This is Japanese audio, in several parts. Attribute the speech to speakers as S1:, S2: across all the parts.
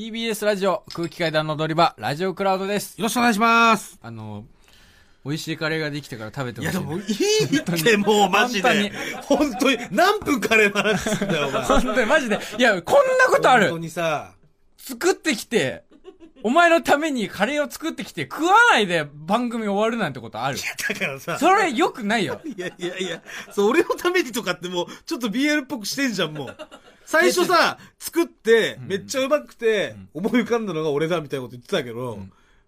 S1: TBS ラジオ空気階段の踊り場ラジオクラウドです
S2: よろしくお願いします。
S1: あの美味しいカレーができてから食べて
S2: い
S1: ほ
S2: や
S1: しいね
S2: でもいいってもうマジで。本当に。何分カレーの話すんだよ、お前。
S1: 本当にマジでいやこんなことあ
S2: 本当
S1: る
S2: にさ。
S1: 作ってきてお前のためにカレーを作ってきて食わないで番組終わるなんてことある
S2: だからさ。
S1: それ良くないよ
S2: いやいやいや、そう、俺のためにとかってもう、ちょっと BL っぽくしてんじゃん、もう。最初さ、作って、めっちゃうまくて、思い浮かんだのが俺だみたいなこと言ってたけど、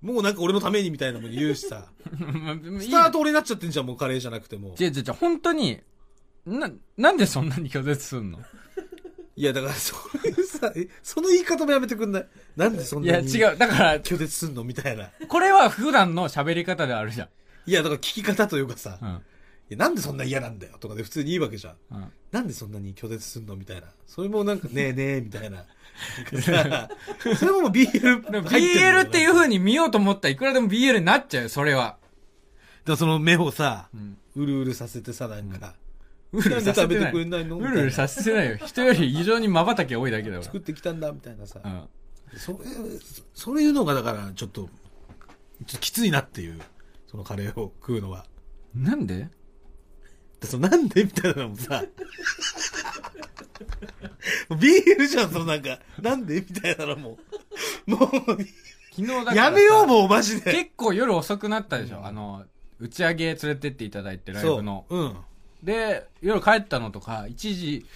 S2: もうなんか俺のためにみたいなのも言うしさ。 スタート俺になっちゃってんじゃん、もうカレーじゃなくても。
S1: 違う違う違う本当にななんでそんなに拒絶すんの
S2: いや、だから、そういうさ、えその言い方もやめてくんないなんでそん
S1: いや
S2: なに
S1: 違うだから
S2: 拒絶すんのみたいな。
S1: これは普段の喋り方ではあるじゃん
S2: いや、だから聞き方というかさ、
S1: う
S2: い
S1: ん
S2: やなんでそんな嫌なんだよとかで普通にいいわけじゃん。
S1: うん
S2: なんでそんなに拒絶すんのみたいな。それもなんか、ねえねえ、みた いな。なんかさそれももう BL
S1: でも
S2: 入ってんだよ
S1: BL っていう風に見ようと思ったらいくらでも BL になっちゃうよそれは
S2: だからその目をさ、
S1: ん
S2: うるうるさせてさ、なんか、
S1: う
S2: なんで食べてくれないの
S1: うるうるさせてないよ。人より異常に瞬きが多いだけだか
S2: 作ってきたんだ、みたいなさ。
S1: ら。うん。
S2: それ、そういうのがだから、ちょっと、ちょっときついなっていう、そのカレーを食うのは。
S1: なんで
S2: でそのなんでみたいなのもさ、BL じゃん、そのなんか、なんでみたいなのも。もう、
S1: 昨日だからさ。
S2: やめようもう、マジで。
S1: 結構夜遅くなったでしょ。あの、打ち上げ連れてっていただいて、ライブの。
S2: そう。うん。
S1: で、夜帰ったのとか、1時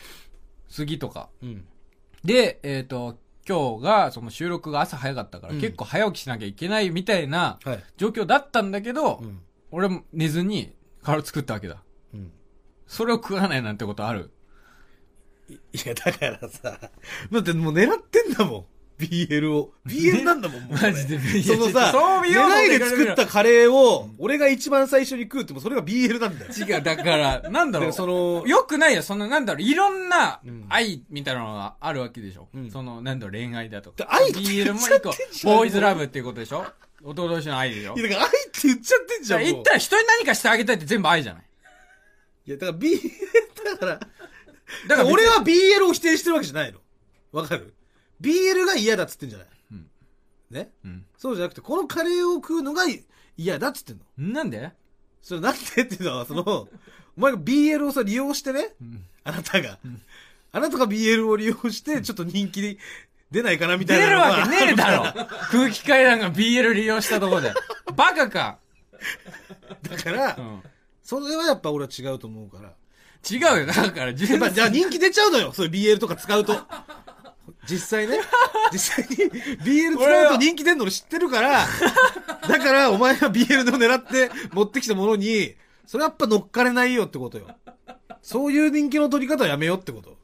S1: 過ぎとか。
S2: うん。
S1: で、えっと、今日が、その収録が朝早かったから、
S2: うん
S1: 結構早起きしなきゃいけないみたいな
S2: はい。
S1: 状況だったんだけど、
S2: うん。
S1: 俺も寝ずに、カレー作ったわけだ。
S2: うん。
S1: それを食わないなんてこと ある
S2: いや、だからさ、だってもう狙ってんだもん。BL を。BL なんだもん、もうこれ
S1: マジで BL
S2: そのさ、
S1: そう見ようと思って
S2: 狙いで作ったカレーを、俺が一番最初に食うっても、それが BL なんだよ。
S1: 違う、だから、なんだろ
S2: だか
S1: う
S2: ら。その、
S1: よくないよ、その、なんだろう、いろんな
S2: うん
S1: 愛みたいなのがあるわけでしょ。
S2: うん
S1: その、なんだろう、恋愛だと
S2: で
S1: か。
S2: 愛って言っ
S1: BL も
S2: ちゃ
S1: 一
S2: って
S1: 個
S2: んじ、ゃん
S1: ボーイズラブっていうことでしょ男同士の愛でしょ
S2: い。や、だから愛って言っちゃってんじ
S1: じゃ
S2: ゃ
S1: あ、
S2: ん、
S1: 言
S2: も
S1: っ
S2: う
S1: た。ら人に何かしてあげたいって全部愛じゃない。
S2: いや、だから BL、だから、
S1: だから、
S2: 俺、は BL を否定してるわけじゃないの。わかる ?BL が嫌だっつってんじゃない、
S1: うん
S2: ね
S1: うん。
S2: そうじゃなくて、このカレーを食うのが嫌だっつってんの。
S1: なんで
S2: それなんでっていうのは、その、お前が BL をさ、利用してね、
S1: ん
S2: あなたが、あなたが BL を利用して、ちょっと人気出ないかなみたい
S1: 出
S2: な
S1: る
S2: のが。
S1: わけねえだろ空気階段が BL 利用したとこで。バカか
S2: だから、
S1: うん。
S2: それはやっぱ俺は違うと思うから。
S1: 違うよ、だから、
S2: や
S1: 純
S2: っぱ、
S1: 粋
S2: じゃあ人気出ちゃうのよ。そういう BL とか使うと。実際ね。実際に BL 使うと人気出んの俺知ってるから、だからお前が BL の狙って持ってきたものに、それやっぱ乗っかれないよってことよ。そういう人気の取り方はやめようってこと。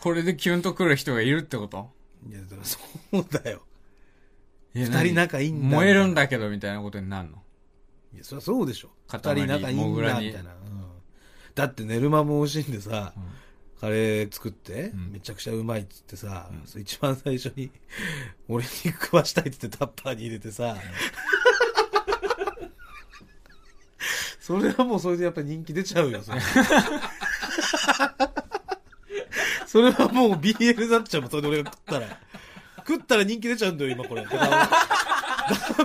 S1: これでキュンとくる人がいるってこと
S2: いや、だからそうだよ。
S1: 二
S2: 二人仲いいんだみたいな
S1: 燃えるんだけど、みたいなことになるの。
S2: いや、そりゃそうでしょ。二
S1: 塊
S2: 人仲いい
S1: モ
S2: ん
S1: グラ
S2: だ、
S1: に
S2: みたいな。うんだって寝る間も惜しいんでさ、カレー作って、めちゃくちゃうまいっつってさ、それ一番最初に、 俺に食わしたいっつってタッパーに入れてさ、それはもうそれでやっぱ人気出ちゃうよ、それ。それはもう BL になっちゃうもん、それで俺が食ったら。食ったら人気出ちゃうんだよ、今これ。だからダ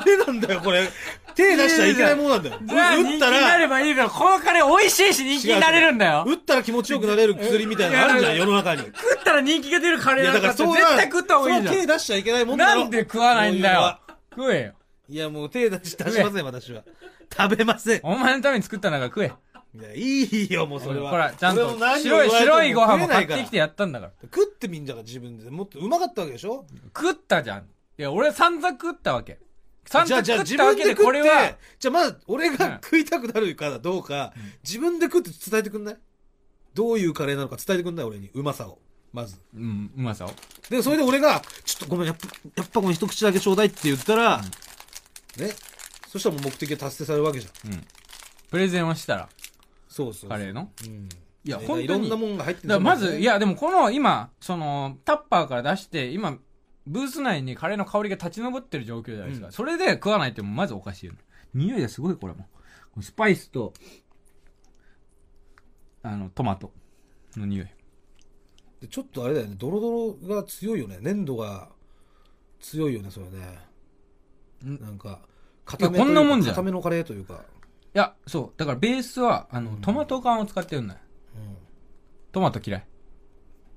S2: メなんだよ、これ。手出しちゃいけないものなんだよ。
S1: じゃあ、人気
S2: 打
S1: に
S2: った
S1: なれ
S2: ら、
S1: ばいいけど、このカレー美味しいし人気になれるんだよ。
S2: 打ったら気持ちよくなれる薬みたいなのあるじゃん、世の中に。い
S1: 食ったら人気が出るカレー
S2: や、
S1: な
S2: だ
S1: ん
S2: か
S1: からって
S2: そう
S1: 絶対食った方がいいじ
S2: そう
S1: ゃ
S2: 手出しちゃいけないも
S1: ん。
S2: んだ
S1: な
S2: ろ
S1: んで食わないんだ
S2: そううの
S1: よ食
S2: は。
S1: えよ。
S2: いや、もう手出し、出しません、私は。食べません。
S1: お前のために作ったんだから食え。
S2: いや、いいよ、もうそ
S1: ほ
S2: れは。
S1: ら、ちゃん
S2: それ
S1: と
S2: を何を
S1: 白い、
S2: 言わ
S1: 白
S2: れ
S1: い
S2: て
S1: ご飯
S2: 食え
S1: も
S2: な
S1: 買
S2: い
S1: っ
S2: から
S1: てきてやったんだから。
S2: 食ってみんだから自分で。もっとうまかったわけでしょ
S1: 食ったじゃん。いや、俺散々食ったわけ。散
S2: じゃあ、
S1: 々
S2: じゃあ
S1: 食
S2: 自
S1: ったわ
S2: 分で
S1: けで、
S2: 食
S1: こ
S2: って
S1: れは、、
S2: じゃあまず俺が食いたくなるかどうか、自分で食って伝えてくんないどういうカレーなのか伝えてくんない俺に。うまさを。まず。
S1: うん、うまさを。
S2: で、それで俺が、ちょっとごめん、やっぱ、やっぱこの一口だけちょうだいって言ったら、ね。そしたらもう目的が達成されるわけじゃん。
S1: うん。プレゼンをしたら、
S2: そうそう。
S1: カレーの。
S2: うん。
S1: いや、
S2: ね
S1: 本
S2: い
S1: 当
S2: ろ
S1: に。
S2: んな
S1: だか
S2: もんが入って
S1: らまず、い
S2: や、
S1: や、でもこの今、その、タッパーから出して、今、ブース内にカレーの香りが立ち上ってる状況じゃないですか。
S2: うん
S1: それで食わないってもまずおかしいよね。匂いがすごい、これも。このスパイスと、あの、トマトの匂い。
S2: でちょっとあれだよね、ドロドロが強いよね。粘土が強いよね、それね。
S1: ん
S2: なんか、固め
S1: いやこんなもんじゃん
S2: 固めのカレーというか。
S1: や、そう。だからベースは、あの、トマト缶を使ってるんだよ。
S2: うん
S1: トマト嫌い。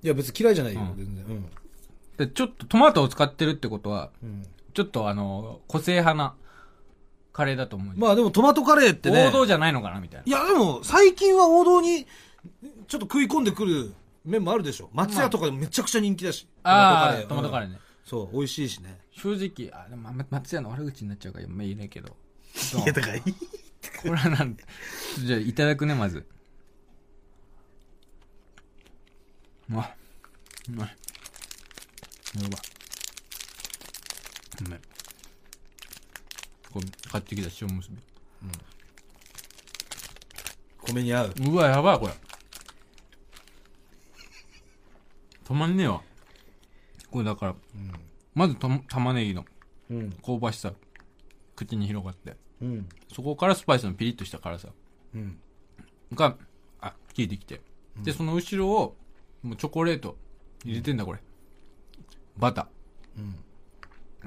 S2: いや、別に嫌いじゃないよ
S1: う、ん
S2: 全然。うん。
S1: で、ちょっとトマトを使ってるってことは、
S2: うん
S1: ちょっとあの、個性派なカレーだと思うよ。
S2: まあでもトマトカレーってね。
S1: 王道じゃないのかなみたい
S2: いや、でも、最近は王道に、ちょっと食い込んでくる面もあるでしょ。松屋とかでもめちゃくちゃ人気だし。
S1: な。ああ、トマトカレー
S2: ーうん。
S1: ね。
S2: そう、美味しいしね。
S1: 正直、あ、でも、ま松屋の悪口になっちゃうから、まあ言えないけど。どう
S2: いや、だからいい。
S1: これはなんて。じゃあ、いただくね、まず。うまい。うまい。やば。うまい。これ、買ってきた塩むすび。
S2: 米に合う。
S1: うわ、やばい、これ。止まんねえわ。これだから、まずと玉ねぎの
S2: うん。
S1: 香ばしさ、口に広がって、
S2: うん。
S1: そこからスパイスのピリッとした辛さ
S2: うん。
S1: が、あ、効いてきて。で、その後ろを、もうチョコレート入れてんだ、これ。バタ
S2: うん。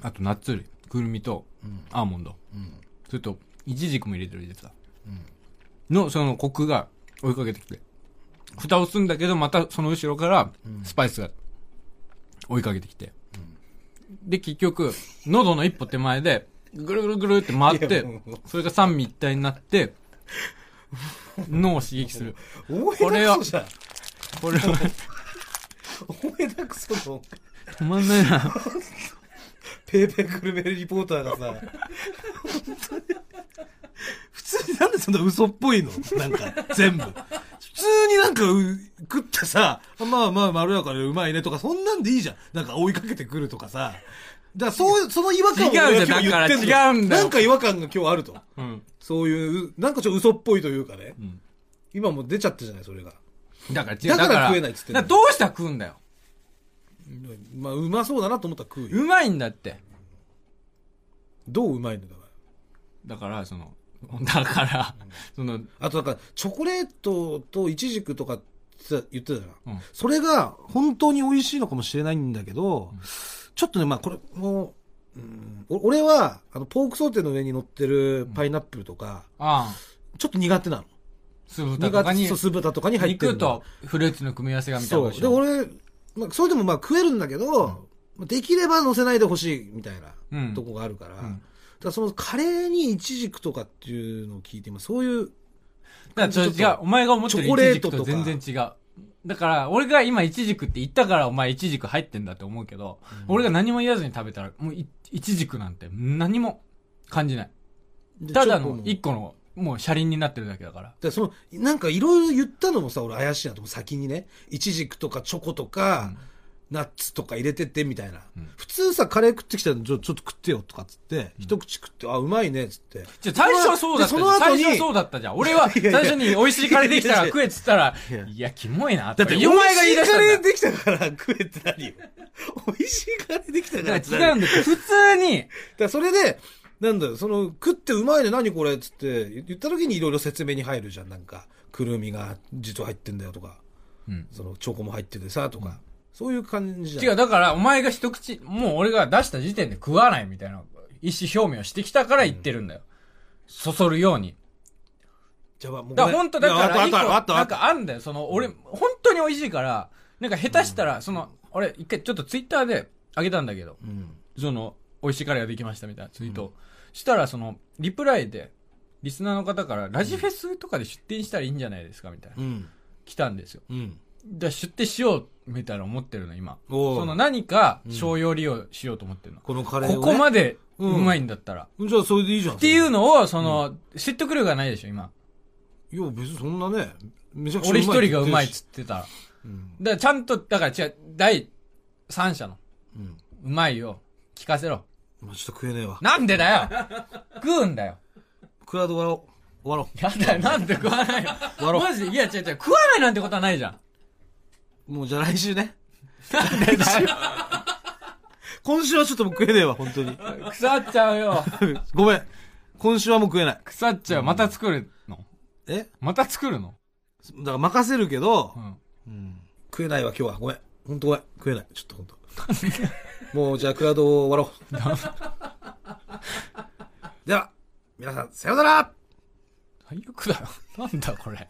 S1: ー、あとナッツ類、くるみと
S2: うん、
S1: アーモンド、
S2: うん。
S1: それと、イチジクも入れてる、入れてた。の、そのコクが追いかけてきて。蓋をするんだけど、またその後ろから、スパイスが追いかけてきて。で、結局、喉の一歩手前で、ぐるぐるぐるって回っ
S2: いや
S1: て
S2: もう、
S1: それが三位一体になって、脳を刺激する。
S2: 思い出くそじゃん。
S1: これは、
S2: 思い出くその、
S1: 止まんないな。
S2: ペーペーグルメリポーターがさ、本当に普通になんでそんな嘘っぽいのなんか、全部。普通になんかう食ってさ、まあまあまろやかでうまいねとか、そんなんでいいじゃん。なんか追いかけてくるとかさ。だからそう、その違和感を俺は
S1: 違うじゃん
S2: 今日言
S1: だ
S2: って
S1: から違うんだよ
S2: なんか違和感が今日あると。
S1: うん。
S2: そういう、なんかちょっと嘘っぽいというかね。
S1: ん
S2: 今もう出ちゃったじゃない、それが。
S1: だから違う。
S2: だから
S1: だから
S2: 食えないっつってんの
S1: だからどうしたら食うんだよ。
S2: まあ、うまそうだなと思ったら食うよ。
S1: うまいんだって。
S2: どううまいのだから。
S1: だから、その、だから、その、
S2: あとなんか、チョコレートとイチジクとかって言ってたじゃん。
S1: うん
S2: それが本当に美味しいのかもしれないんだけど、ちょっとね、まあこれもう、うん、お俺は、あの、ポークソーテーの上に乗ってるパイナップルとか、
S1: ああ、
S2: ちょっと苦手なの。
S1: 酢豚と
S2: 苦
S1: か
S2: 手
S1: に
S2: そう、、酢豚とかに入ってる
S1: 肉
S2: の
S1: とフルーツの組み合わせがみたいな
S2: そ
S1: ことで
S2: う。
S1: し
S2: で、
S1: ょ
S2: 俺、まあ、それでもまあ食えるんだけど、まあできれば乗せないでほしいみたいな
S1: うん
S2: とこがあるから、
S1: ん
S2: だからそのカレーにイチジクとかっていうのを聞いて、今そういう、
S1: だからそれ
S2: ちょ
S1: 違
S2: っ
S1: う
S2: と。
S1: お前が思ってる
S2: チョ
S1: イ
S2: コレ
S1: チ
S2: ー
S1: ジ
S2: ト
S1: ク
S2: とか
S1: と全然違う。だから、俺が今イチジクって言ったからお前イチジク入ってんだって思うけど、俺が何も言わずに食べたら、もうイイチジクなんて何も感じない。
S2: で
S1: ただ
S2: チョコ
S1: の
S2: も
S1: 一個の、もう車輪になってるだけだから。
S2: でそのなんかいろいろ言ったのもさ俺怪しいなと思う先にねイチジクとかチョコとか、ナッツとか入れてってみたいな、
S1: うん
S2: 普通さカレー食ってきたらちょちょっと食ってよとかっつって、一口食ってあうまいねっつって
S1: じゃあ最初はそうだったじゃん。
S2: でその後
S1: 最
S2: に
S1: 初はそうだったじゃん。俺は最初に美味しいカレーできたから食えっつったら
S2: いやいや、
S1: いや、キモいな。
S2: だって
S1: お前が言い出したん
S2: 美
S1: だ
S2: 味しいカレーできたから食えって何よ美味しいカレーできたから
S1: だ
S2: っ
S1: か
S2: て何
S1: ら違うんだって、普通に、
S2: だからそれで、なんだよ、その、食ってうまいね、何これっつって、言言った時にいろいろ説明に入るじゃん、なんか。くるみが、実は入ってんだよとか。
S1: うん
S2: その、チョコも入っててさ、とか。そういう感じじ
S1: 違
S2: ゃん。
S1: う、だから、お前が一口、もう俺が出した時点で食わないみたいな意思表明をしてきたから言ってるんだよ。そそるように。
S2: じゃあ、もうごめん。
S1: だから本当だか
S2: いや
S1: ら、
S2: あ
S1: 一個
S2: とあとあと
S1: な
S2: あ
S1: ん
S2: と。
S1: かあんだよ。その、俺、本当に美味しいから、なんか下手したら、その、俺、一回ちょっとツイッターであげたんだけど、
S2: うん。
S1: その、美味しいカレーができましたみたいなツイートを。したら、その、リプライで、リスナーの方から、ラジフェスとかで出店したらいいんじゃないですかみたいな。
S2: うん。
S1: 来たんですよ。
S2: うん。
S1: だから出店しよう、みたいな思ってるの、今。
S2: おう
S1: その何か、商用利用しようと思ってるの。
S2: このカレーを、ね。
S1: ここまでう
S2: うん
S1: まいんだったら。
S2: じゃあ、それでいいじゃん。
S1: っていう。のを、その、説得力がないでしょ、今。
S2: いや、別にそんなね、めちゃくちゃ
S1: 俺一人がうまいっ
S2: 言
S1: つってたら。だか
S2: てるしうん。
S1: らちゃんと、だから違う、第三者の、
S2: うん。
S1: うまいを聞かせろ。
S2: まあ、ちょっと食えねえわ。
S1: なんでだよ食うんだよ。
S2: クラウド終わろう。終わろ
S1: やだよ、なんで食わないよ。
S2: わろう
S1: マジで、いや違う違う、食わないなんてことはないじゃん。
S2: う。もう、じゃあ来週ね。
S1: なんでだよ。
S2: 今週はちょっともう食えねえわ、本当に。
S1: 腐っちゃうよ。
S2: ごめん。今週はもう食えない。
S1: 腐っちゃう。また作るの
S2: え
S1: また作るの
S2: だから任せるけど
S1: う、ん。
S2: 食えないわ、今日は。ごめん。ほんと怖い。食えない。ちょっとほんと。 もうじゃあクラウド終わろ う。では、皆さん、さようなら
S1: 最悪だよ。なんだこれ。